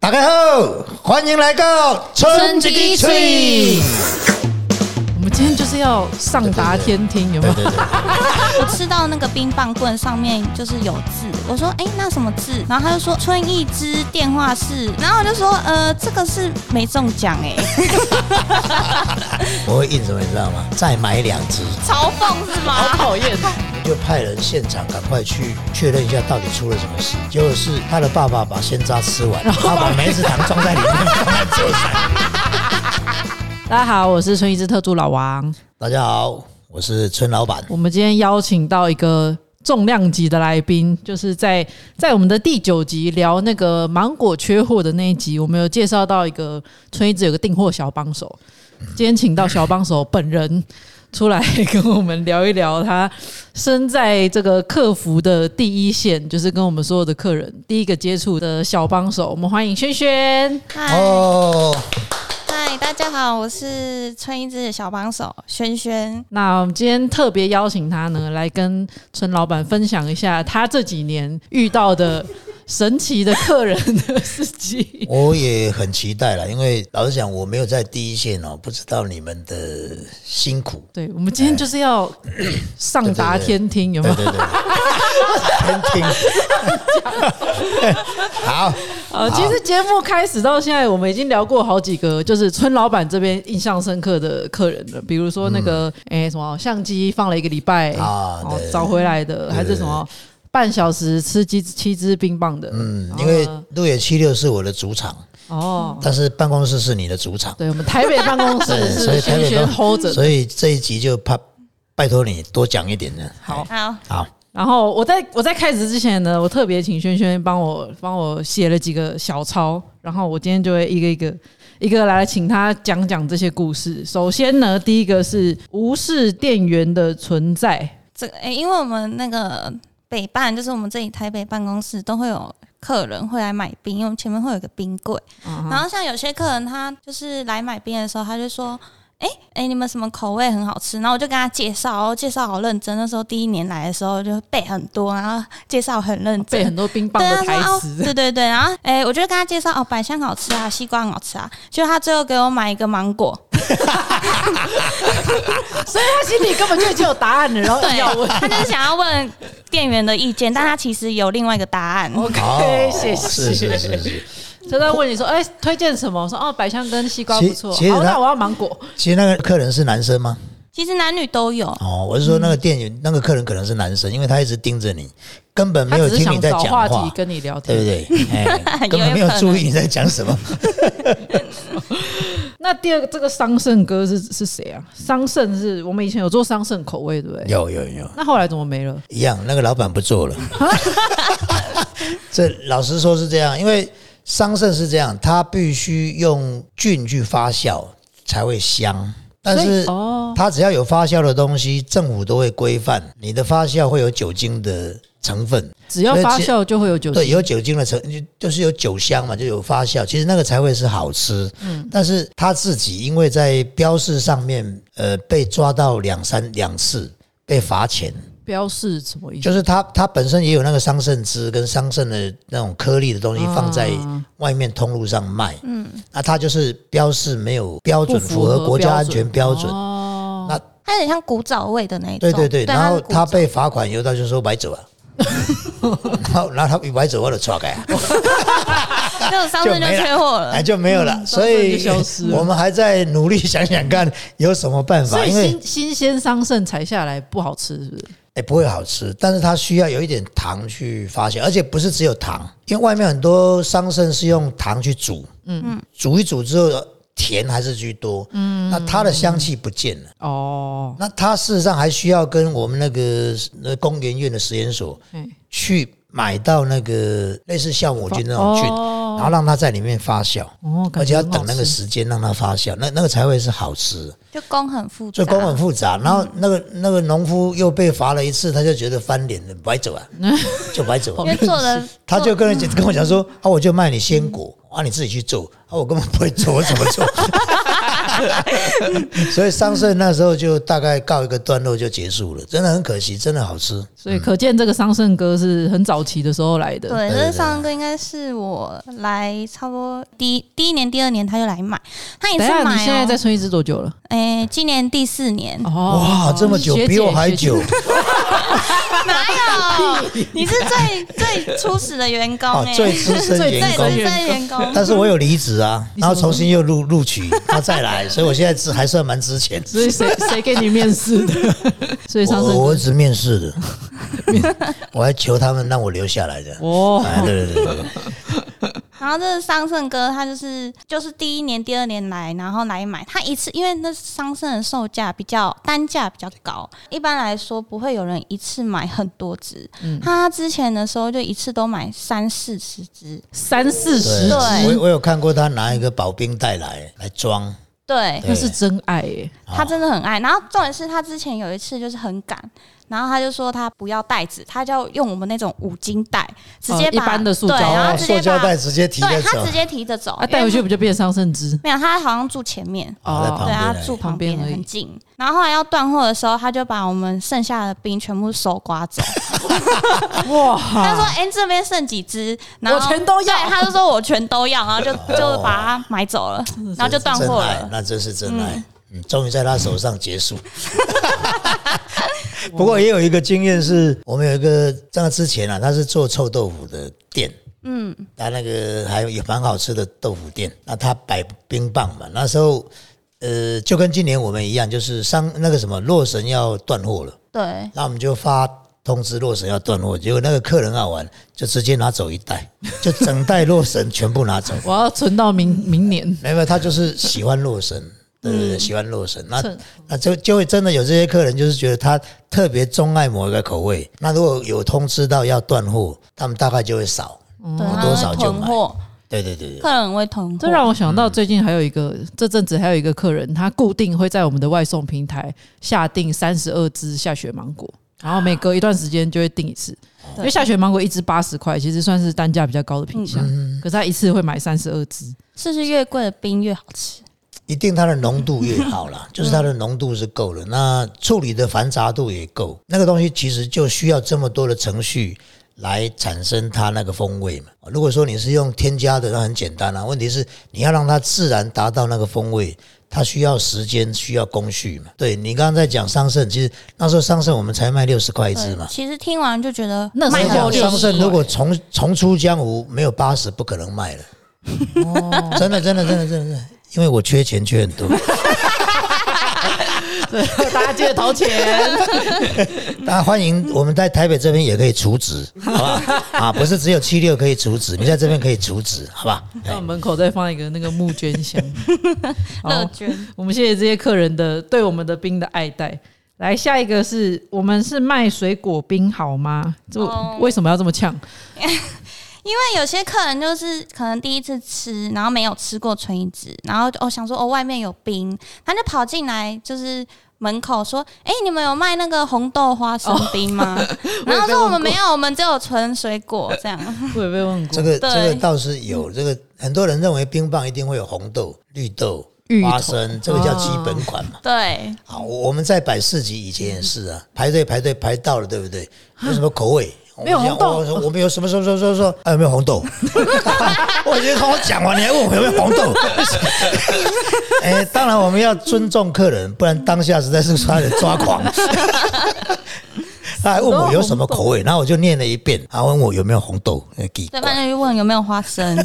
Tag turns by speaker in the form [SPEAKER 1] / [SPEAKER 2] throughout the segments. [SPEAKER 1] 大家好，欢迎来到春之翠。
[SPEAKER 2] 我们今天就是要上达天听，有没
[SPEAKER 1] 对对
[SPEAKER 2] 有？
[SPEAKER 1] 对，
[SPEAKER 3] 我吃到那个冰棒棍上面就是有字，我说哎、诶那什么字？然后他就说春意之电话室，然后我就说呃这个是没中奖哎、
[SPEAKER 1] 我会印什么你知道吗？再买两只，
[SPEAKER 3] 嘲讽是
[SPEAKER 2] 好
[SPEAKER 3] 吗？
[SPEAKER 2] 讨厌！
[SPEAKER 1] 就派人现场赶快去确认一下到底出了什么事。结果是他的爸爸把鲜渣吃 完，然后把梅子糖装在里面放在桌上。
[SPEAKER 2] 大家好，我是春一之特助老王。
[SPEAKER 1] 大家好，我是村老板。
[SPEAKER 2] 我们今天邀请到一个重量级的来宾，就是在在我们的第九集聊那个芒果缺货的那一集，我们有介绍到一个春一之有个订货小帮手。今天请到小帮手本人出来跟我们聊一聊，他身在这个客服的第一线，就是跟我们所有的客人第一个接触的小帮手。我们欢迎轩轩。
[SPEAKER 3] 嗨
[SPEAKER 1] 哦，
[SPEAKER 3] 嗨，大家好，我是春一之的小帮手轩轩。
[SPEAKER 2] 那我们今天特别邀请他呢，来跟陈老板分享一下他这几年遇到的神奇的客人的事情。
[SPEAKER 1] 我也很期待了，因为老实讲，我没有在第一线哦，不知道你们的辛 苦。
[SPEAKER 2] 对，我们今天就是要上达天听，有没
[SPEAKER 1] 对
[SPEAKER 2] 有？
[SPEAKER 1] 对对，很挺。好，
[SPEAKER 2] 呃，其实节目开始到现在，我们已经聊过好几个，就是村老板这边印象深刻的客人了，比如说那个诶什么相机放了一个礼拜
[SPEAKER 1] 嗯啊
[SPEAKER 2] 哦
[SPEAKER 1] 对
[SPEAKER 2] 找回来的，还是什么半小时吃七七支冰棒的，
[SPEAKER 1] 嗯
[SPEAKER 2] 嗯，
[SPEAKER 1] 因为路野七六是我的主场，
[SPEAKER 2] 哦，
[SPEAKER 1] 但是办公室是你的主场，
[SPEAKER 2] 对我们台北办公室
[SPEAKER 1] 对，所
[SPEAKER 2] 是
[SPEAKER 1] 以台
[SPEAKER 2] 轩
[SPEAKER 1] 北
[SPEAKER 2] 轩
[SPEAKER 1] 都
[SPEAKER 2] hold 着的。
[SPEAKER 1] 所以这一集就怕拜托你多讲一点呢。
[SPEAKER 2] 好
[SPEAKER 3] 好，
[SPEAKER 1] 好，
[SPEAKER 2] 然后我在我在开始之前呢，我特别请轩轩帮我帮我写了几个小抄，然后我今天就会一个一个一个来请他讲讲这些故事。首先呢，第一个是无视店员的存在，
[SPEAKER 3] 这个、诶因为我们那个北办，就是我们这里台北办公室都会有客人会来买冰，因为我们前面会有一个冰柜。
[SPEAKER 2] 嗯
[SPEAKER 3] 然后像有些客人他就是来买冰的时候，他就说。哎哎、诶你们什么口味很好吃？然后我就跟他介绍，哦，介绍好认真。那时候第一年来的时候就背很多，然后介绍很认真
[SPEAKER 2] 哦背，很多冰棒
[SPEAKER 3] 对
[SPEAKER 2] 的
[SPEAKER 3] 他说
[SPEAKER 2] 台
[SPEAKER 3] 哦
[SPEAKER 2] 词。
[SPEAKER 3] 对对对，然后哎、诶我就跟他介绍哦，百香好吃啊，西瓜很好吃啊。就他最后给我买一个芒果，
[SPEAKER 2] 所以他心里根本就已经有答案了，然后硬要
[SPEAKER 3] 对，
[SPEAKER 2] 问。
[SPEAKER 3] 他就是想要问店员的意见，但他其实有另外一个答案。
[SPEAKER 2] 哦 OK，谢
[SPEAKER 1] 哦是
[SPEAKER 2] 谢。
[SPEAKER 1] 是是是，
[SPEAKER 2] 就在问你说，哎、推荐什么？我说哦，百香跟西瓜不错。
[SPEAKER 1] 其其实
[SPEAKER 2] 好，
[SPEAKER 1] 他
[SPEAKER 2] 那我要芒果。
[SPEAKER 1] 其实那个客人是男生吗？
[SPEAKER 3] 其实男女都有，
[SPEAKER 1] 哦，我是说那个店员，那个客人可能是男生，因为他一直盯着你，根本
[SPEAKER 2] 他
[SPEAKER 1] 没有
[SPEAKER 2] 只是
[SPEAKER 1] 听你
[SPEAKER 2] 想
[SPEAKER 1] 在
[SPEAKER 2] 找
[SPEAKER 1] 讲
[SPEAKER 2] 话题
[SPEAKER 1] 话，
[SPEAKER 2] 跟你聊天
[SPEAKER 1] 对。不对？哎，根本没有注意你在讲什么。
[SPEAKER 2] 那第二个这个桑葚哥是是谁啊？桑葚是我们以前有做桑葚口味，对不对？
[SPEAKER 1] 有有有，
[SPEAKER 2] 那后来怎么没了？
[SPEAKER 1] 一样，那个老板不 做了。这老实说是这样，因为桑葚是这样，它必须用菌去发酵才会香，但是
[SPEAKER 2] 所以哦，
[SPEAKER 1] 它只要有发酵的东西，政府都会规范你的发酵会有酒精的成分，
[SPEAKER 2] 只要发酵就会有酒精。
[SPEAKER 1] 对，有酒精的成就就是有酒香嘛，就有发酵，其实那个才会是好吃。嗯，但是他自己因为在标示上面，呃，被抓到两三两次，被罚钱。
[SPEAKER 2] 标示什么意思？
[SPEAKER 1] 就是它它本身也有那个桑葚汁跟桑葚的那种颗粒的东西
[SPEAKER 2] 啊
[SPEAKER 1] 放在外面通路上卖，嗯，那它就是标示没有标准
[SPEAKER 2] 不
[SPEAKER 1] 符合国家安全标准，
[SPEAKER 2] 哦，
[SPEAKER 3] 它有点像古早味的那一种。
[SPEAKER 1] 对对对，然后
[SPEAKER 3] 它
[SPEAKER 1] 他
[SPEAKER 3] 是古
[SPEAKER 1] 被罚款以后，他就说买走啊。然后，然后他一买走我就抓开，啊
[SPEAKER 3] 早就上次就缺货了
[SPEAKER 1] 哎。就没有了。所以
[SPEAKER 2] 就消失了
[SPEAKER 1] 我们还在努力想想看有什么办
[SPEAKER 2] 所
[SPEAKER 1] 法，
[SPEAKER 2] 以
[SPEAKER 1] 因为
[SPEAKER 2] 新新鲜桑葚采下来不好吃，是不是？
[SPEAKER 1] 哎、不会好吃，但是它需要有一点糖去发酵，而且不是只有糖，因为外面很多桑葚是用糖去煮，嗯嗯，煮一煮之后呃甜还是居多，嗯，那它的香气不见了，
[SPEAKER 2] 哦，
[SPEAKER 1] 那它事实上还需要跟我们那个那工研院的实验所
[SPEAKER 2] 哎
[SPEAKER 1] 去买到那个类似酵母菌那种菌，
[SPEAKER 2] 哦
[SPEAKER 1] 然后让它在里面发酵。
[SPEAKER 2] 哦，
[SPEAKER 1] 而
[SPEAKER 2] 感
[SPEAKER 1] 且
[SPEAKER 2] 觉
[SPEAKER 1] 要
[SPEAKER 2] 很好
[SPEAKER 1] 等那个
[SPEAKER 2] 吃
[SPEAKER 1] 时间让它发酵，那那个才会是好吃。
[SPEAKER 3] 就工很复
[SPEAKER 1] 所
[SPEAKER 3] 杂，
[SPEAKER 1] 以工很复杂。然
[SPEAKER 2] 嗯
[SPEAKER 1] 后那个那个农夫又被罚了一次，他就觉得翻脸了，白走 啊，就白走啊。
[SPEAKER 3] 因为 做的
[SPEAKER 1] 他就跟人跟我讲说
[SPEAKER 2] 嗯
[SPEAKER 1] 啊，我就卖你鲜果啊，你自己去做啊，我根本不会做，我怎么 做？所以桑葚那时候就大概告一个段落就结束了，真的很可惜，真的好吃。
[SPEAKER 2] 所以可见这个桑葚哥是很早期的时候来的。
[SPEAKER 3] 对，
[SPEAKER 1] 对
[SPEAKER 3] 这
[SPEAKER 1] 对
[SPEAKER 3] 个上哥应该是我来差不多第一第一年、第二年他就来买，他也
[SPEAKER 2] 等一
[SPEAKER 3] 是
[SPEAKER 2] 下，
[SPEAKER 3] 买、哦。
[SPEAKER 2] 你现在在春一枝 多久了？
[SPEAKER 3] 哎、今年第四年，
[SPEAKER 2] 哦
[SPEAKER 1] 哇，这么久
[SPEAKER 2] 学姐
[SPEAKER 1] 比我还
[SPEAKER 2] 学姐
[SPEAKER 1] 久
[SPEAKER 3] 哪 有？哦你是最最初始的员工
[SPEAKER 1] 啊
[SPEAKER 3] 哎、，
[SPEAKER 1] 最资深
[SPEAKER 2] 最
[SPEAKER 1] 员
[SPEAKER 3] 对，
[SPEAKER 2] 资深
[SPEAKER 1] 工
[SPEAKER 3] 最。最员工。
[SPEAKER 1] 但是我有离职啊，
[SPEAKER 2] 你
[SPEAKER 1] 然后
[SPEAKER 2] 什么时
[SPEAKER 1] 重
[SPEAKER 2] 候
[SPEAKER 1] 新又录录取，然后再来，所以我现在是还算蛮值钱。
[SPEAKER 2] 所 以谁谁给你面试的？ 所以桑
[SPEAKER 1] 我
[SPEAKER 2] 葚
[SPEAKER 1] 我一直面试的， 我还求他们让我留下来的。
[SPEAKER 2] 哥，哦，
[SPEAKER 1] 哎，对对对对，
[SPEAKER 3] 然后这个桑葚哥他就是就是第一年、第二年来，然后来买，他一次因为那桑葚的售价比较单价比较高，一般来说不会有人一次买很多只。
[SPEAKER 2] 嗯
[SPEAKER 3] 他之前的时候就一次都买三四十只，
[SPEAKER 2] 三四十
[SPEAKER 1] 对
[SPEAKER 2] 只，
[SPEAKER 1] 我我有看过他拿一个保冰袋来来装，
[SPEAKER 3] 对
[SPEAKER 2] 那是真爱耶！
[SPEAKER 3] 他真的很爱。然后重点是他之前有一次就是很赶。然后他就说他不要袋子，他就要用我们那种五金袋，直接
[SPEAKER 2] 哦
[SPEAKER 3] 把、
[SPEAKER 2] 一般的塑胶
[SPEAKER 3] 对，然
[SPEAKER 1] 哦
[SPEAKER 3] 后直接
[SPEAKER 1] 塑
[SPEAKER 3] 把
[SPEAKER 1] 胶袋直接提着
[SPEAKER 3] 对他
[SPEAKER 1] 走
[SPEAKER 3] 直，接提着走，
[SPEAKER 2] 啊，带回去
[SPEAKER 3] 因为
[SPEAKER 2] 不就变桑葚汁？
[SPEAKER 3] 他没有，他好像住前面，
[SPEAKER 1] 哦在
[SPEAKER 2] 哦
[SPEAKER 1] 旁
[SPEAKER 3] 对
[SPEAKER 1] 边
[SPEAKER 3] 他
[SPEAKER 1] 而已
[SPEAKER 3] 住旁边
[SPEAKER 2] 旁边而已
[SPEAKER 3] 很近。然后后来要断货的时候，他就把我们剩下的冰全部手刮走。他说
[SPEAKER 2] 哇，：“
[SPEAKER 3] 哎、这边剩几只？”然后
[SPEAKER 2] 啊我全都要
[SPEAKER 3] 对，他就说：“我全都要。”然 后就就把它买走了，然后就断
[SPEAKER 1] 真
[SPEAKER 3] 货
[SPEAKER 1] 爱
[SPEAKER 2] 啊
[SPEAKER 3] 了。
[SPEAKER 1] 那真是真爱。嗯，终于在他手上结 束。不过也有一个经验是，我们有一个在那之前啊，他是做臭豆腐的店，嗯，他那个还有也蛮好吃的豆腐店。那他摆冰棒嘛，那时候呃，就跟今年我们一样，就是商那个什么洛神要断货了，
[SPEAKER 3] 对，
[SPEAKER 1] 那我们就发通知洛神要断货，结果那个客人好玩，就直接拿走一袋，就整袋洛神全部拿走。
[SPEAKER 2] 我要存到明明年。
[SPEAKER 1] 没有，他就是喜欢洛神，对对对，喜欢洛神。那
[SPEAKER 2] 趁
[SPEAKER 1] 那就就会真的有这些客人，就是觉得他特别钟爱某一个口味。那如果有通知到要断货，他们大概就会少。
[SPEAKER 3] 对，
[SPEAKER 1] 我嗯
[SPEAKER 3] 他
[SPEAKER 1] 多少
[SPEAKER 3] 会
[SPEAKER 1] 就
[SPEAKER 3] 囤
[SPEAKER 1] 买
[SPEAKER 3] 货，
[SPEAKER 1] 对对对对，
[SPEAKER 3] 客人很会囤货。
[SPEAKER 2] 这让我想到最近还有一个，这阵子还有一个客人，他固定会在我们的外送平台下订三十二只下雪芒果，然后每隔一段时间就会订一次。因为下雪芒果一只八十块，其实算是单价比较高的品相，可是他一次会买三十二只。
[SPEAKER 3] 是不是越贵的冰越好吃？
[SPEAKER 1] 一定它的浓度越好
[SPEAKER 3] 嗯
[SPEAKER 1] 啦，就是它的浓度是够了，那处理的繁杂度也够。那个东西其实就需要这么多的程序来产生它那个风味嘛。如果说你是用添加的，那很简单啦、问题是你要让它自然达到那个风味，它需要时间，需要工序嘛。对你刚刚在讲桑葚，其实那时候桑葚我们才卖六十块一只
[SPEAKER 3] 对
[SPEAKER 1] 嘛，。
[SPEAKER 3] 其实听完就觉得
[SPEAKER 2] 那时候
[SPEAKER 3] 卖
[SPEAKER 1] 我
[SPEAKER 3] 很
[SPEAKER 1] 讲
[SPEAKER 3] 六
[SPEAKER 1] 桑
[SPEAKER 3] 十
[SPEAKER 1] 葚如果重重出江湖，没有八十不可能卖了。
[SPEAKER 3] 哦
[SPEAKER 1] 真的真的真的真的真的，因为我缺钱缺很多。
[SPEAKER 2] 对， 大家记得掏钱。
[SPEAKER 1] 大家欢迎，我们在台北这边也可以除 脂，好吧？啊，不是只有七六可以除脂，你在这边可以除脂，好吧？ 哎
[SPEAKER 2] 然后门口再放一个那个募捐 箱。
[SPEAKER 3] 乐
[SPEAKER 2] 好，
[SPEAKER 3] 捐。
[SPEAKER 2] 我们谢谢这些客人的对我们的冰的爱戴。来，下一个是我们是卖水果冰好吗？这
[SPEAKER 3] 哦
[SPEAKER 2] 为什么要这么呛？
[SPEAKER 3] 因为有些客人就是可能第一次吃，然后没有吃过春一枝，然后就哦想说哦外面有冰，他就跑进来就是门口说：“哎、你们有卖那个红豆花生冰吗？” 然后说：“我们没有，我们只有纯水果这样。
[SPEAKER 2] 我也被问过
[SPEAKER 1] 这。个这
[SPEAKER 3] 对
[SPEAKER 1] 个倒是有，这个很多人认为冰棒一定会有红豆、绿豆
[SPEAKER 2] 芋、头哦
[SPEAKER 1] 花生，这个叫基本款嘛”。
[SPEAKER 3] 对，
[SPEAKER 1] 好，我我们在摆市集以前也是啊，
[SPEAKER 2] 嗯
[SPEAKER 1] 排队排队排到了，对不对？有什么口味？
[SPEAKER 2] 啊没有
[SPEAKER 1] 我们讲
[SPEAKER 2] 红豆
[SPEAKER 1] 我说我们有什么什么什么什么什么？啊还有没有红豆？ 我已经跟我讲完，你还问我有没有红豆？ 哎，当然我们要尊重客人，不然当下实在是差点抓狂。 他还问我有什么口味，然后我就念了一遍，他问我有没有红豆，呃奇
[SPEAKER 3] 对
[SPEAKER 1] 怪
[SPEAKER 3] 方就问有没有花生，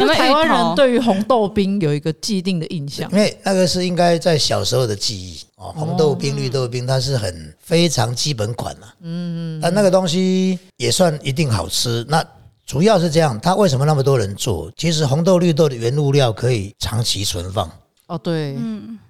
[SPEAKER 3] 有
[SPEAKER 2] 不
[SPEAKER 3] 没
[SPEAKER 2] 是
[SPEAKER 3] 有
[SPEAKER 2] 台湾
[SPEAKER 3] 芋头
[SPEAKER 2] 人对于红豆冰有一个既定的印象
[SPEAKER 1] 因？为那个是应该在小时候的记忆哦，红豆冰、绿豆冰，它是很非常基本款嘛、嗯，但那个东西也算一定好吃。那主要是这样，它为什么那么多人做？其实红豆、绿豆的原物料可以长期存放，
[SPEAKER 2] 哦，对，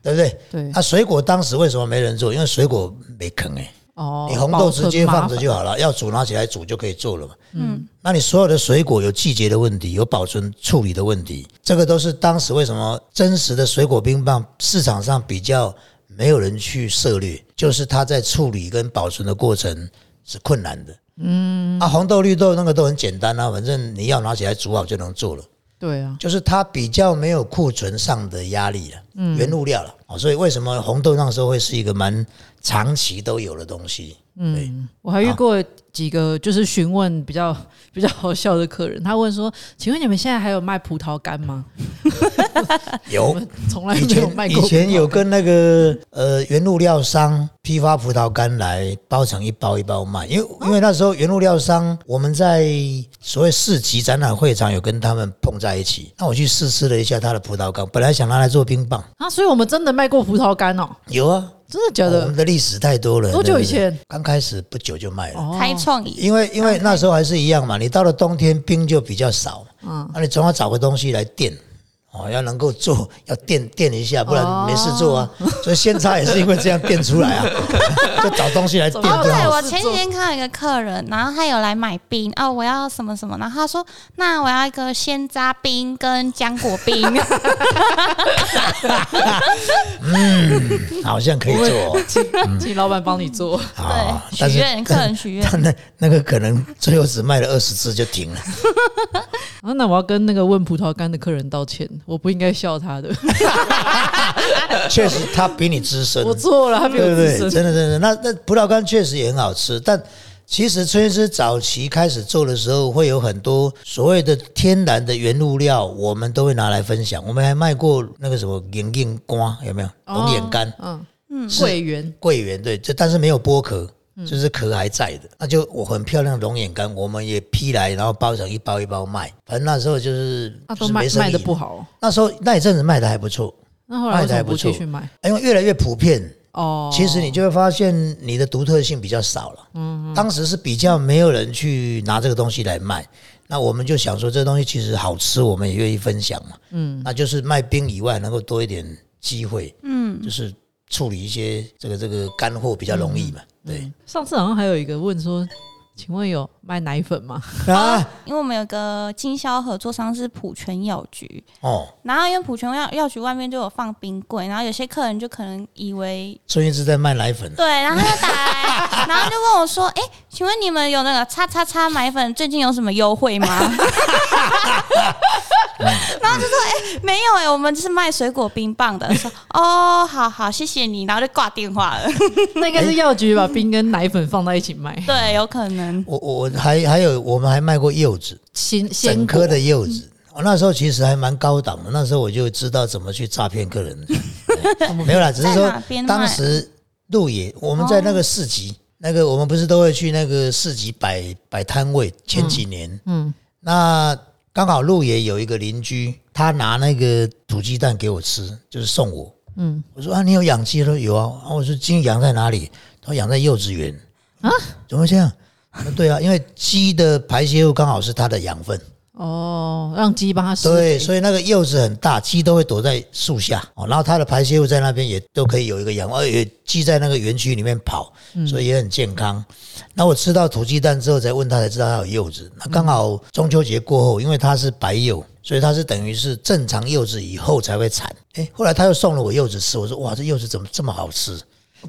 [SPEAKER 1] 对不对？
[SPEAKER 2] 对
[SPEAKER 1] 那、，水果当时为什么没人做？因为水果没坑哎、
[SPEAKER 2] 哦，
[SPEAKER 1] 你红豆直接放着
[SPEAKER 2] 保存麻烦
[SPEAKER 1] 就好了，要煮拿起来煮就可以做了嘛。嗯，那你所有的水果有季节的问题，有保存处理的问题，这个都是当时为什么真实的水果冰棒市场上比较没有人去涉猎，就是它在处理跟保存的过程是困难的。嗯，啊，红豆绿豆那个都很简单啊，反正你要拿起来煮好就能做了。
[SPEAKER 2] 对啊，
[SPEAKER 1] 就是它比较没啊
[SPEAKER 2] 嗯
[SPEAKER 1] 有库存上的压力了，原物料了、哦，所以为什么红豆那时候会是一个蛮长期都有的东西。
[SPEAKER 2] 嗯，我还遇过几个就是询问比较比较好笑的客人，他问说：“请问你们现在还有卖葡萄干吗
[SPEAKER 1] 有？”
[SPEAKER 2] 从来
[SPEAKER 1] 以
[SPEAKER 2] 没有卖
[SPEAKER 1] 前
[SPEAKER 2] 过。
[SPEAKER 1] 嗯以前有跟那个呃原物料商批发葡萄干来包成一包一包卖，因为
[SPEAKER 2] 啊
[SPEAKER 1] 因为那时候原物料商我们在所谓市集展览会场有跟他们碰在一起，那我去试吃了一下他的葡萄干，本来想拿来做冰棒，
[SPEAKER 2] 啊，所以我们真的卖过葡萄干哦，
[SPEAKER 1] 有啊，
[SPEAKER 2] 真的假
[SPEAKER 1] 我
[SPEAKER 2] 的
[SPEAKER 1] 们？的历史太多了。
[SPEAKER 2] 多久以
[SPEAKER 1] 对
[SPEAKER 2] 前
[SPEAKER 1] 不对？刚开始不久就卖了。
[SPEAKER 2] 哦
[SPEAKER 3] 开创意，
[SPEAKER 1] 因为因为那时候还是一样嘛，你到了冬天冰就比较少，嗯，那你总要找个东西来垫，哦，要能够做， 要垫垫一下，不然
[SPEAKER 3] 哦
[SPEAKER 1] 没事做啊。所以鲜差也是因为这样垫出 来啊，就找东西来垫
[SPEAKER 2] 怎
[SPEAKER 1] 就
[SPEAKER 2] 么办
[SPEAKER 3] 对，
[SPEAKER 1] 好。
[SPEAKER 3] 我前几天看到一个客人，然后他有来买冰哦，我要什么什么，然后他说那我要一个鲜榨冰跟浆果冰，
[SPEAKER 1] 好像可以做哦
[SPEAKER 2] 请老板帮你做。
[SPEAKER 1] 啊，
[SPEAKER 3] 对，
[SPEAKER 1] 但是
[SPEAKER 3] 许愿客人许愿，
[SPEAKER 1] 但那那个可能最后只卖了二十只就停了。
[SPEAKER 2] 啊，那我要跟那个问葡萄干的客人道歉，我不应该笑他 的，
[SPEAKER 1] 确实，他比你资深，
[SPEAKER 2] 我错了，他没有
[SPEAKER 1] 对对
[SPEAKER 2] 自
[SPEAKER 1] 对，
[SPEAKER 2] 身。
[SPEAKER 1] 真的真的，那那葡萄干确实也很好吃，但其实崔师早期开始做的时候，会有很多所谓的天然的原物料，我们都会拿来分享。我们还卖过那个什么眼镜瓜，有没有？龙眼干、
[SPEAKER 2] 嗯
[SPEAKER 3] 嗯
[SPEAKER 1] 是
[SPEAKER 2] 桂圆，
[SPEAKER 1] 桂圆，对，这但是没有剥壳。
[SPEAKER 2] 嗯
[SPEAKER 1] 就是壳还在的，那就我很漂亮的龙眼干，我们也批来，然后包成一包一包卖。反正那时候就是
[SPEAKER 2] 啊，
[SPEAKER 1] 就
[SPEAKER 2] 都
[SPEAKER 1] 是
[SPEAKER 2] 卖
[SPEAKER 1] 没生
[SPEAKER 2] 卖
[SPEAKER 1] 意
[SPEAKER 2] 的不。好。
[SPEAKER 1] 那时候那一阵子卖的还不错，
[SPEAKER 2] 那后来为什
[SPEAKER 1] 卖得
[SPEAKER 2] 么
[SPEAKER 1] 还不
[SPEAKER 2] 不
[SPEAKER 1] 错
[SPEAKER 2] 继续卖？
[SPEAKER 1] 因为越来越普遍，
[SPEAKER 2] 哦，
[SPEAKER 1] 其实你就会发现你的独特性比较少了。嗯，当时是比较没有人去拿这个东西来卖，那我们就想说这东西其实好吃，我们也愿意分享嘛。嗯，那就是卖冰以外能够多一点机会，嗯，就是处理一些这个这个干货比较容易嘛。
[SPEAKER 2] 上次好像还有一个问说，请问有卖奶粉吗？
[SPEAKER 1] 对啊，
[SPEAKER 3] 因为我们有个经销合作商是普全药局，
[SPEAKER 1] 哦，
[SPEAKER 3] 然后因为普全药药局外面就有放冰柜，然后有些客人就可能以为
[SPEAKER 1] 孙燕姿在卖奶粉，
[SPEAKER 3] 对，然后他就打来，然后就问我说：“哎、请问你们有那个叉叉叉买粉最近有什么优惠吗？” 然后就说：“哎、没有哎、我们是卖水果冰棒的。”说：“哦，好好，谢谢你。”然后就挂电话了。
[SPEAKER 2] 那应该是药局把冰跟奶粉放在一起卖，
[SPEAKER 3] 对，有可能。
[SPEAKER 1] 我我我还还有我们还卖过柚子，
[SPEAKER 2] 鲜鲜
[SPEAKER 1] 整
[SPEAKER 2] 果
[SPEAKER 1] 颗的柚子。我那时候其实还蛮高档的，那时候我就知道怎么去诈骗客人。对没有啦，只是
[SPEAKER 3] 在
[SPEAKER 1] 说
[SPEAKER 3] 哪边卖
[SPEAKER 1] 当时鹿野，我们在那个市集，那个我们不是都会去那个市集摆摆摊位。前几年，嗯，那刚好鹿野有一个邻居，他拿那个土鸡蛋给我吃，就是送我。嗯，我说啊，你有养鸡？他说有啊。啊我说鸡养在哪里？他说养在幼稚园。啊？怎么会这样？我说对啊，因为鸡的排泄物刚好是它的养分。
[SPEAKER 2] 哦，让鸡帮它施
[SPEAKER 1] 对，
[SPEAKER 2] 肥
[SPEAKER 1] 所以那个柚子很大，鸡都会躲在树下哦。然后它的排泄物在那边也都可以有一个阳光，而且鸡在那个园区里面跑，
[SPEAKER 3] 嗯
[SPEAKER 1] 所以也很健康。那我吃到土鸡蛋之后，才问他才知道它有柚子。那刚好中秋节过后，因为它是白柚，所以它是等于是正常柚子以后才会产。哎，后来他又送了我柚子吃，我说哇，这柚子怎么这么好吃？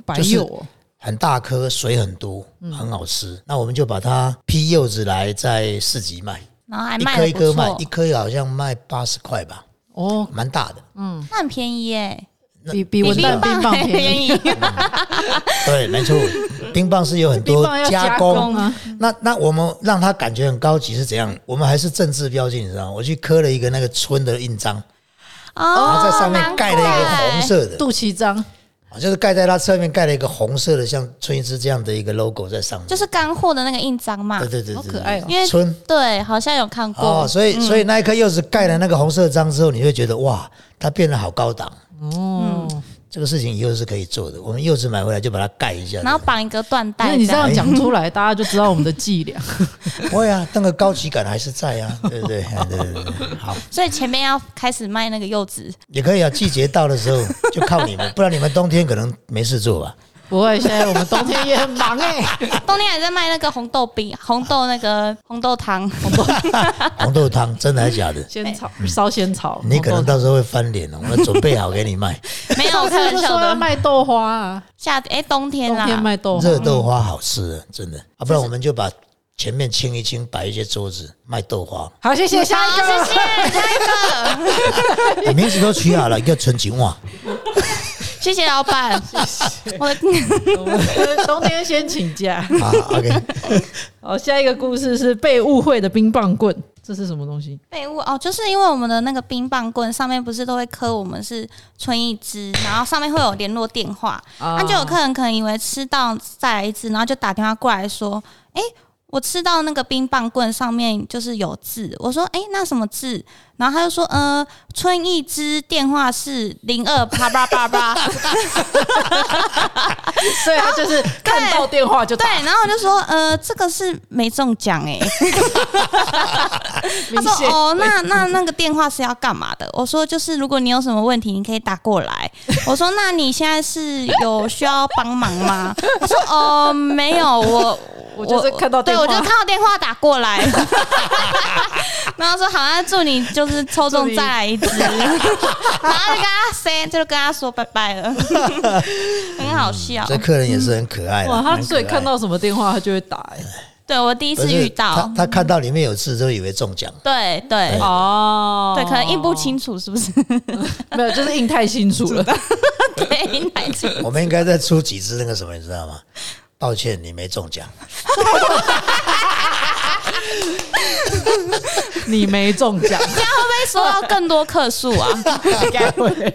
[SPEAKER 2] 白
[SPEAKER 1] 就是
[SPEAKER 2] 柚哦
[SPEAKER 1] 很大颗，水很多，
[SPEAKER 3] 嗯
[SPEAKER 1] 很好吃。那我们就把它批柚子来在市集卖，
[SPEAKER 3] 然后还
[SPEAKER 1] 一
[SPEAKER 3] 卖
[SPEAKER 1] 颗
[SPEAKER 3] 的
[SPEAKER 1] 一
[SPEAKER 3] 不
[SPEAKER 1] 颗卖
[SPEAKER 3] 错，
[SPEAKER 1] 一，颗好像卖八十块吧，
[SPEAKER 2] 哦，
[SPEAKER 1] 蛮大的。
[SPEAKER 3] 那很便宜耶、
[SPEAKER 2] 比
[SPEAKER 3] 比
[SPEAKER 2] 比文旦冰棒
[SPEAKER 3] 还
[SPEAKER 2] 便宜，
[SPEAKER 3] 便宜。
[SPEAKER 1] 对，没错，冰棒是有很
[SPEAKER 2] 冰
[SPEAKER 1] 多
[SPEAKER 2] 棒要加
[SPEAKER 1] 工。
[SPEAKER 2] 工啊，
[SPEAKER 1] 那那我们让他感觉很高级是怎样？我们还是政治标记，你知道吗？我去刻了一个那个村的印章，然后
[SPEAKER 3] 哦，
[SPEAKER 1] 在上面盖了一个红色的，
[SPEAKER 2] 肚脐章
[SPEAKER 1] 啊就是盖在它侧面盖了一个红色的，像春一枝这样的一个 logo 在上面。
[SPEAKER 3] 就是干货的那个印章嘛
[SPEAKER 1] 对。对对对，
[SPEAKER 2] 好可
[SPEAKER 1] 对
[SPEAKER 2] 爱哦嗯
[SPEAKER 3] 因为
[SPEAKER 1] 村
[SPEAKER 3] 对，好像有看过。
[SPEAKER 1] 哦，所以所以那一颗柚子盖了那个红色章之后，你会觉得哇，它变得好高档。
[SPEAKER 2] 哦。
[SPEAKER 3] 嗯
[SPEAKER 1] 这个事情以后是可以做的。我们柚子买回来就把它盖一下，
[SPEAKER 3] 然后绑一个缎带这样。
[SPEAKER 2] 因为你这样讲出来，大家就知道我们的伎俩。
[SPEAKER 1] 不会啊，那个高级感还是在 啊，对不对？对对对对，好。
[SPEAKER 3] 所以前面要开始卖那个柚子，
[SPEAKER 1] 也可以啊，季节到的时候就靠你们，不然你们冬天可能没事做 吧。
[SPEAKER 2] 不会，现在我们冬天也很忙哎、
[SPEAKER 3] 冬天还在卖那个红豆饼、红豆那个红豆汤。
[SPEAKER 1] 红豆汤真的还假的？
[SPEAKER 2] 仙草嗯烧仙草，
[SPEAKER 1] 你可能到时候会翻脸哦，我准备好给你 卖。
[SPEAKER 3] 没有，
[SPEAKER 2] 上
[SPEAKER 3] 我
[SPEAKER 2] 次
[SPEAKER 3] 开玩
[SPEAKER 2] 就
[SPEAKER 3] 笑
[SPEAKER 2] 说要
[SPEAKER 3] 的。
[SPEAKER 2] 卖豆花啊，
[SPEAKER 3] 夏哎、冬天
[SPEAKER 2] 冬
[SPEAKER 3] 啦，
[SPEAKER 2] 天卖豆花
[SPEAKER 1] 热豆花好吃啊，真的啊，不然我们就把前面清一清，摆一些桌子卖豆花。
[SPEAKER 2] 好，谢谢，下一个，
[SPEAKER 3] 好谢谢，下一个。
[SPEAKER 1] 哎你名字都取好了，一个纯情哇，
[SPEAKER 3] 谢谢老板，我的
[SPEAKER 2] 我们冬天先请假。
[SPEAKER 1] 啊，OK，
[SPEAKER 2] 好，下一个故事是被误会的冰棒棍，这是什么东西？
[SPEAKER 3] 废物哦，就是因为我们的那个冰棒棍上面不是都会刻我们是春一支，然后上面会有联络电话，
[SPEAKER 2] 啊
[SPEAKER 3] 那、就有客人可能以为吃到再来一支，然后就打电话过来说：“哎、我吃到那个冰棒棍上面就是有字。”我说：“哎、那什么字？”然后他就说：“呃，春一支电话是零二八八八八。
[SPEAKER 2] 所以他就是
[SPEAKER 3] 哦
[SPEAKER 2] 看到电话” 就
[SPEAKER 3] 对
[SPEAKER 2] 打，，
[SPEAKER 3] 然后我就说：“呃，这个是没中奖哎、他
[SPEAKER 2] 明
[SPEAKER 3] 说
[SPEAKER 2] 显：“
[SPEAKER 3] 哦，那那那个电话是要干嘛的？”我说：“就是如果你有什么问题，你可以打过 来。”我说：“那你现在是有需要帮忙吗？”他说：“哦，没有，我
[SPEAKER 2] 我就是看到
[SPEAKER 3] 对
[SPEAKER 2] 电话
[SPEAKER 3] 我就看到电话打过来。” 然后说：“好，那祝你就是抽
[SPEAKER 2] 祝
[SPEAKER 3] 中
[SPEAKER 2] 你
[SPEAKER 3] 再来 一只。”然后就跟他 say，就跟他说拜拜 了，很好笑
[SPEAKER 1] 这。客人也是很可爱的。
[SPEAKER 2] 哇，他
[SPEAKER 1] 蛮可
[SPEAKER 2] 所以
[SPEAKER 1] 爱
[SPEAKER 2] 看到什么电话他就会打、欸，
[SPEAKER 3] 对我第一
[SPEAKER 1] 不
[SPEAKER 3] 次
[SPEAKER 1] 是
[SPEAKER 3] 遇
[SPEAKER 1] 他
[SPEAKER 3] 到，，
[SPEAKER 1] 他看到里面有字就以为中奖。
[SPEAKER 3] 对对
[SPEAKER 1] 哎
[SPEAKER 2] 哦，
[SPEAKER 3] 对，可能印不，清楚是不 是？
[SPEAKER 2] 没有，就是印太清楚 了，
[SPEAKER 3] 对，印太清
[SPEAKER 1] 我们应该再出几支那个什么，你知道吗？抱歉，你没中奖。
[SPEAKER 2] 你没中奖，
[SPEAKER 3] 这样会不会收到更多客诉啊？
[SPEAKER 2] 应该会。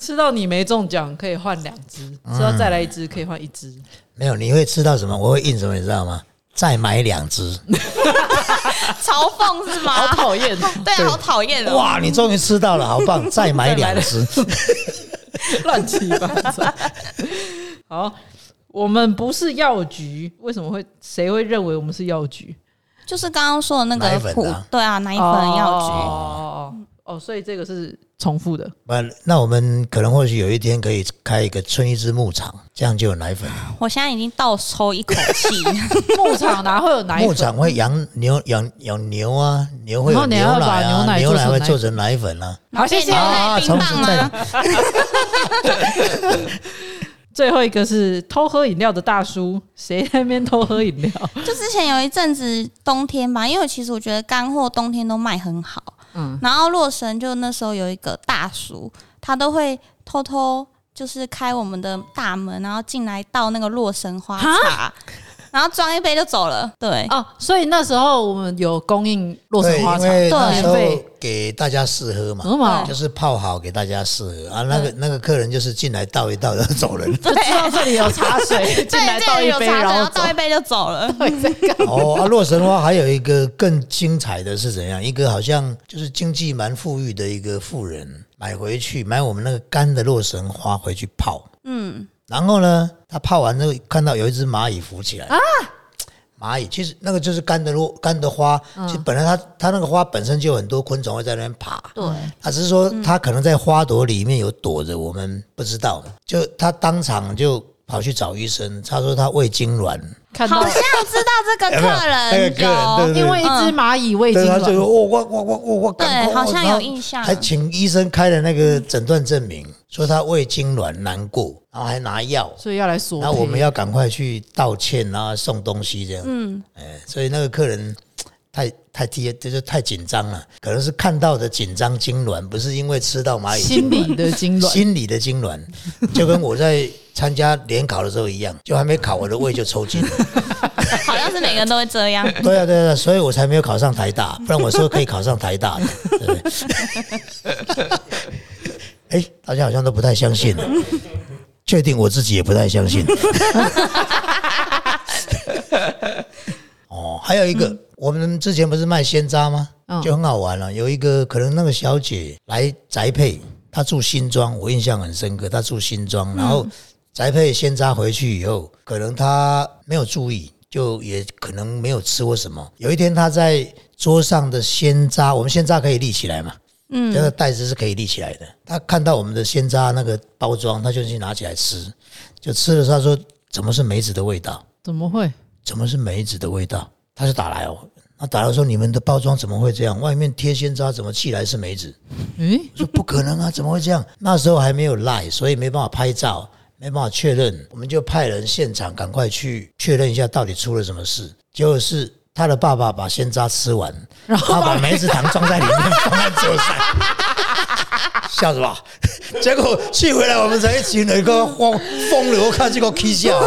[SPEAKER 2] 吃到你没中奖可以换两只，
[SPEAKER 1] 嗯
[SPEAKER 2] 吃到再来一只可以换一只，
[SPEAKER 1] 没有，你会吃到什么？我会印什么，你知道吗？再买两只。
[SPEAKER 3] 嘲讽是
[SPEAKER 2] 好
[SPEAKER 3] 吗？
[SPEAKER 2] 讨厌。哦
[SPEAKER 3] 对，啊好讨厌哦！
[SPEAKER 1] 哇，你终于吃到了，好棒！再买两只。
[SPEAKER 2] 乱七八糟。好，我们不是药局，为什么会谁会认为我们是药局？
[SPEAKER 3] 就是刚刚说的那
[SPEAKER 1] 奶
[SPEAKER 3] 个
[SPEAKER 1] 粉
[SPEAKER 3] 普
[SPEAKER 1] 啊，
[SPEAKER 3] 对啊，奶
[SPEAKER 2] 奶
[SPEAKER 3] 粉药
[SPEAKER 2] 哦
[SPEAKER 3] 局，
[SPEAKER 2] 哦哦哦，所以这个是重复的。
[SPEAKER 1] 那那我们可能或许有一天可以开一个春一枝牧场，这样就有奶粉了。
[SPEAKER 3] 我现在已经倒抽一口 气，
[SPEAKER 2] 牧场哪会有奶
[SPEAKER 1] 牧
[SPEAKER 2] 粉？
[SPEAKER 1] 场会养牛，养养牛啊，牛会
[SPEAKER 2] 然
[SPEAKER 1] 有
[SPEAKER 2] 后
[SPEAKER 1] 牛
[SPEAKER 2] 你要把
[SPEAKER 1] 奶啊，
[SPEAKER 2] 牛奶
[SPEAKER 1] 牛
[SPEAKER 2] 做
[SPEAKER 1] 奶
[SPEAKER 2] 成
[SPEAKER 1] 会
[SPEAKER 2] 奶
[SPEAKER 1] 做成奶粉啊。
[SPEAKER 2] 好，谢谢
[SPEAKER 3] 牛。奶
[SPEAKER 1] 啊，
[SPEAKER 3] 冰
[SPEAKER 1] 从
[SPEAKER 3] 棒
[SPEAKER 1] 此
[SPEAKER 3] 吗
[SPEAKER 1] 再
[SPEAKER 2] 最后一个是偷喝饮料的大叔，谁在那边偷喝饮料？
[SPEAKER 3] 就之前有一阵子冬天吧，因为其实我觉得干货冬天都卖很好，
[SPEAKER 2] 嗯
[SPEAKER 3] 然后洛神就那时候有一个大叔，他都会偷偷就是开我们的大门，然后进来倒那个洛神花茶，然后装一杯就走了。对，
[SPEAKER 2] 哦，所以那时候我们有供应洛
[SPEAKER 1] 对，
[SPEAKER 2] 神花
[SPEAKER 1] 因
[SPEAKER 2] 茶，
[SPEAKER 1] 为那
[SPEAKER 2] 免
[SPEAKER 1] 时候
[SPEAKER 2] 费。
[SPEAKER 1] 给大家试喝嘛，
[SPEAKER 2] 什么
[SPEAKER 1] 就？是泡好给大家试喝啊。那个那个客人就是进来倒一倒就走人。
[SPEAKER 2] 就知道这里有茶水， 进来
[SPEAKER 3] 对，这
[SPEAKER 2] 倒
[SPEAKER 3] 里
[SPEAKER 2] 一
[SPEAKER 3] 有茶
[SPEAKER 2] 杯，
[SPEAKER 3] 水，然
[SPEAKER 2] 然
[SPEAKER 3] 后
[SPEAKER 2] 后走
[SPEAKER 3] 倒。一杯就走了。
[SPEAKER 2] 到底在干 嘛
[SPEAKER 1] 哦，啊，洛神花还有一个更精彩的是怎样？一个好像就是经济蛮富裕的一个富人，买回去买我们那个干的洛神花回去泡，
[SPEAKER 3] 嗯，
[SPEAKER 1] 然后呢，他泡完之后看到有一只蚂蚁浮起来啊，蚂蚁其实那个就是干的洛干的花，
[SPEAKER 3] 嗯
[SPEAKER 1] 其实本来它它那个花本身就有很多昆虫会在那边爬，
[SPEAKER 3] 对，
[SPEAKER 1] 他只是说他可能在花朵里面有躲着，我们不知道。就他当场就跑去找医生，他说他胃痉挛，
[SPEAKER 2] 看到
[SPEAKER 3] 好像知道这个
[SPEAKER 1] 有没有
[SPEAKER 3] 客
[SPEAKER 1] 那
[SPEAKER 3] 人
[SPEAKER 1] 个客人对
[SPEAKER 3] 有
[SPEAKER 1] 不对
[SPEAKER 2] 因为一只蚂蚁
[SPEAKER 3] 哎
[SPEAKER 2] 胃痉
[SPEAKER 1] 对，他就说
[SPEAKER 2] 挛，
[SPEAKER 1] 哦，我我我我我赶快
[SPEAKER 3] 对，好像
[SPEAKER 1] 然后
[SPEAKER 3] 有印象
[SPEAKER 1] 还请医生开了那个诊断证明，说他胃痉挛难过，然后还拿药。
[SPEAKER 2] 所以要来索赔。
[SPEAKER 1] 那我们要赶快去道歉啊，送东西这样。嗯，哎，所以那个客人太太贴，就是太紧张了，可能是看到的紧张痉挛，不是因为吃到蚂蚁痉挛。
[SPEAKER 2] 心理的痉挛，
[SPEAKER 1] 心理的痉挛，就跟我在参加联考的时候一样，就还没考，我的胃就抽筋了。
[SPEAKER 3] 好像是每个人都会这样。
[SPEAKER 1] 对啊，对啊，对啊所以我才没有考上台大，不然我说可以考上台大的。对不对？ 哎，大家好像都不太相信了，确定我自己也不太相信。 哦，还有一个，我们之前不是卖鲜渣吗？
[SPEAKER 2] 嗯
[SPEAKER 1] 就很好玩了、有一个可能那个小姐来宅配，她住新庄，我印象很深刻。她住新庄，然后宅配鲜渣回去以后，可能她没有注意，就也可能没有吃或什么。有一天她在桌上的鲜渣，我们鲜渣可以立起来嘛？嗯，这个袋子是可以立起来的。她看到我们的鲜渣那个包装，她就去拿起来吃，就吃的时候她说：“怎么是梅子的味道？”
[SPEAKER 2] 怎么会？
[SPEAKER 1] 怎么是梅子的味道？他就打来哦，他打来说你们的包装怎么会这样？外面贴鲜渣，怎么寄来是梅子？
[SPEAKER 2] 诶，
[SPEAKER 1] 我说不可能啊，怎么会这样？那时候还没有赖，所以没办法拍照，没办法确认，我们就派人现场赶快去确认一下到底出了什么事。结果是他的爸爸把鲜渣吃完，然后把梅子糖装在里面放在桌上，笑什么？结果去回来，我们才一群人个疯疯流看这个 K 笑，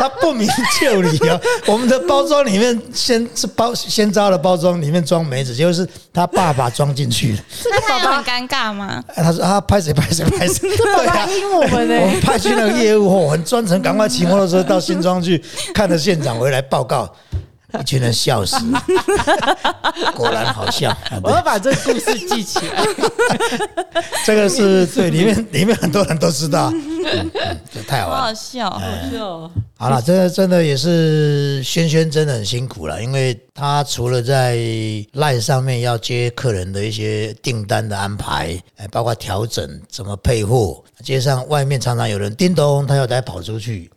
[SPEAKER 1] 他不明就里啊！我们的包装里面先是包鲜榨的包装里面装梅子，结果是他爸爸装进去的。
[SPEAKER 3] 那他有很尴尬吗？
[SPEAKER 1] 哎他说啊，拍谁拍谁拍 谁，
[SPEAKER 2] 爸
[SPEAKER 1] 对
[SPEAKER 2] 爸
[SPEAKER 1] 啊。
[SPEAKER 2] 阴我们呢、
[SPEAKER 1] 我们派去那个业务，哦很专程，赶快骑摩托车到新庄去，看着县长回来报告，一群人笑 死，果然好笑。啊
[SPEAKER 2] 我
[SPEAKER 1] 对
[SPEAKER 2] 要把这个故事记起来。
[SPEAKER 1] 这个是对里面里面很多人都知道，嗯嗯这太好
[SPEAKER 3] 好
[SPEAKER 1] 玩了。
[SPEAKER 3] 好笑哦，
[SPEAKER 1] 好了，这个真的也是轩轩真的很辛苦了，因为他除了在 line 上面要接客人的一些订单的安排，哎，包括调整怎么配货，街上外面常常有人叮咚，他要再跑出去。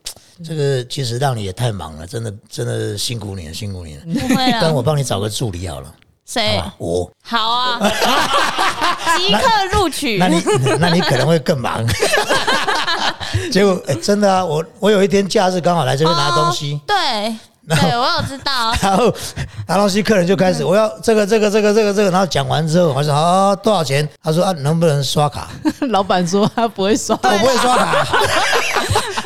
[SPEAKER 1] 这个其实让你也太忙了，真的真的辛苦你了，辛苦你了。
[SPEAKER 3] 不会
[SPEAKER 1] 不然
[SPEAKER 3] 了，
[SPEAKER 1] 我帮你找个助理好了，好
[SPEAKER 3] 啊谁
[SPEAKER 1] 吧？我，
[SPEAKER 3] 好 啊？即刻录取
[SPEAKER 1] 那，你 那你可能会更忙。 结果、哎真的啊，我我有一天假日刚好来这边拿东西，
[SPEAKER 3] 哦对对，我有知道，
[SPEAKER 1] 然后拿东西，客人就开始我要这个这个这个这个这个，然后讲完之后，我说啊多少钱？他说啊能不能刷卡？
[SPEAKER 2] 老板说他不会刷，
[SPEAKER 1] 我不会刷卡。啊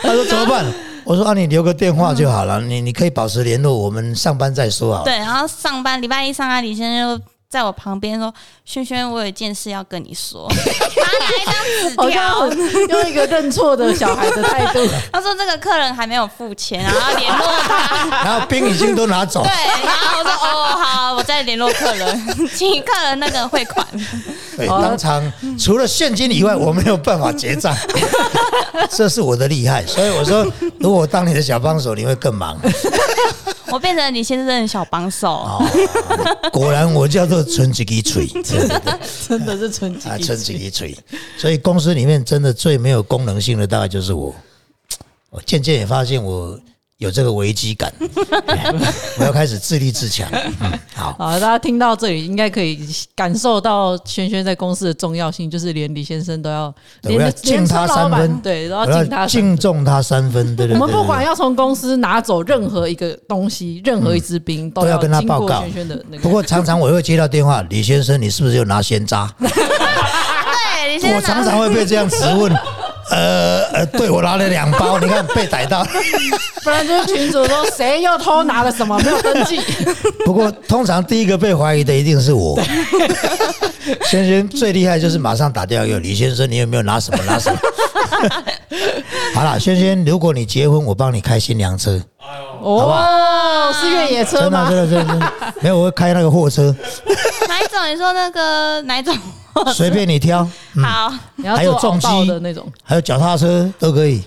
[SPEAKER 1] 他说怎么办？我说啊你留个电话就好了，你你可以保持联络，我们上班再说好了。
[SPEAKER 3] 对，然后上班礼拜一上班，李先生就在我旁边说：“轩轩，我有一件事要跟你 说。”拿
[SPEAKER 2] 好
[SPEAKER 3] 来一张
[SPEAKER 2] 像
[SPEAKER 3] 纸条，
[SPEAKER 2] 很 用一个认错的小孩的态 度。
[SPEAKER 3] 他说这个客人还没有付钱，然后联络他。
[SPEAKER 1] 然后冰已经都拿走
[SPEAKER 3] 对，，然后我说哦好，我再联络客人，请客人那个汇款。
[SPEAKER 1] 对，
[SPEAKER 2] 哦
[SPEAKER 1] 当场除了现金以外，我没有办法结账，这是我的厉害。所以我说，如果我当你的小帮手，你会更忙。
[SPEAKER 3] 我变成李先生的小帮手，
[SPEAKER 1] 果然，我叫做存几滴嘴，真的
[SPEAKER 2] 真的是纯 洁
[SPEAKER 1] 啊，存几滴嘴。 所以公司里面真的最没有功能性的，大概就是我。我渐渐也发现我有这个危机 感， 我要开始自立自强。嗯， 好，
[SPEAKER 2] 好，大家听到这里应该可以感受到轩轩在公司的重要性，就是连李先生都要，
[SPEAKER 1] 对
[SPEAKER 2] 连
[SPEAKER 1] 我要
[SPEAKER 2] 连
[SPEAKER 1] 敬他
[SPEAKER 2] 车老
[SPEAKER 1] 三
[SPEAKER 2] 板
[SPEAKER 1] 分
[SPEAKER 2] 对，都
[SPEAKER 1] 我
[SPEAKER 2] 要
[SPEAKER 1] 要
[SPEAKER 2] 敬他三分。
[SPEAKER 1] 敬重他三分，对对对
[SPEAKER 2] 我
[SPEAKER 1] 对。
[SPEAKER 2] 们不管
[SPEAKER 1] 对
[SPEAKER 2] 要从公司拿走任何一个东西，任何一支兵，
[SPEAKER 1] 嗯都
[SPEAKER 2] 要
[SPEAKER 1] 要跟他
[SPEAKER 2] 经过
[SPEAKER 1] 报告
[SPEAKER 2] 轩轩的那个。
[SPEAKER 1] 不过常常我会接到电话，李先生，你是不是又拿鲜 渣？
[SPEAKER 3] 对，李
[SPEAKER 1] 我
[SPEAKER 3] 先
[SPEAKER 1] 常
[SPEAKER 3] 生
[SPEAKER 1] 常会被这样质 问。呃呃，对我拿了两包，你看被逮到。
[SPEAKER 2] 不然就是群主说谁又偷拿了什么没有 登记，
[SPEAKER 1] 不过通常第一个被怀疑的一定是我。 轩轩最厉害就是马上打电话给我李先生，你有没有拿什么拿什么？ 好啦，轩轩，如果你结婚，我帮你开新娘车，好不
[SPEAKER 2] 哦，是越野车
[SPEAKER 1] 真的
[SPEAKER 2] 吗？
[SPEAKER 1] 真的真的真的，没有我会开那个货车，
[SPEAKER 3] 哪一种？你说那个哪一种？
[SPEAKER 2] 哦
[SPEAKER 1] 随便你挑，
[SPEAKER 3] 好，
[SPEAKER 2] 你要
[SPEAKER 1] 还有
[SPEAKER 2] 做
[SPEAKER 1] 重
[SPEAKER 2] 重
[SPEAKER 1] 机
[SPEAKER 2] 爆的那种
[SPEAKER 1] 还有脚踏车都可以。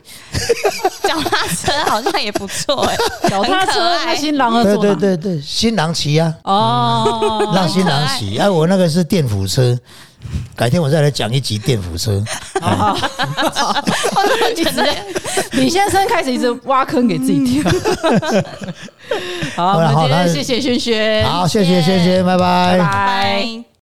[SPEAKER 3] 脚踏车好像也不错哎，
[SPEAKER 2] 脚踏
[SPEAKER 3] 很可
[SPEAKER 2] 车，
[SPEAKER 3] 爱
[SPEAKER 2] 那新郎要
[SPEAKER 1] 对
[SPEAKER 2] 哦做
[SPEAKER 1] 对
[SPEAKER 2] 嘛？
[SPEAKER 1] 对对，新郎骑啊，
[SPEAKER 2] 哦，
[SPEAKER 1] 让新郎骑。哎，我那个是电扶车，改天我再来讲一集电扶车。
[SPEAKER 3] 我怎么
[SPEAKER 2] 一
[SPEAKER 3] 觉
[SPEAKER 2] 直
[SPEAKER 3] 得
[SPEAKER 2] 在李先生开始一直挖坑给自己跳。 好，
[SPEAKER 1] 好
[SPEAKER 2] 我
[SPEAKER 1] 了嗯
[SPEAKER 2] 们
[SPEAKER 1] 好
[SPEAKER 2] 今
[SPEAKER 1] 那
[SPEAKER 2] 哎天谢谢轩轩，
[SPEAKER 1] 好，谢谢，谢谢，拜拜。
[SPEAKER 2] 拜拜。
[SPEAKER 3] 拜。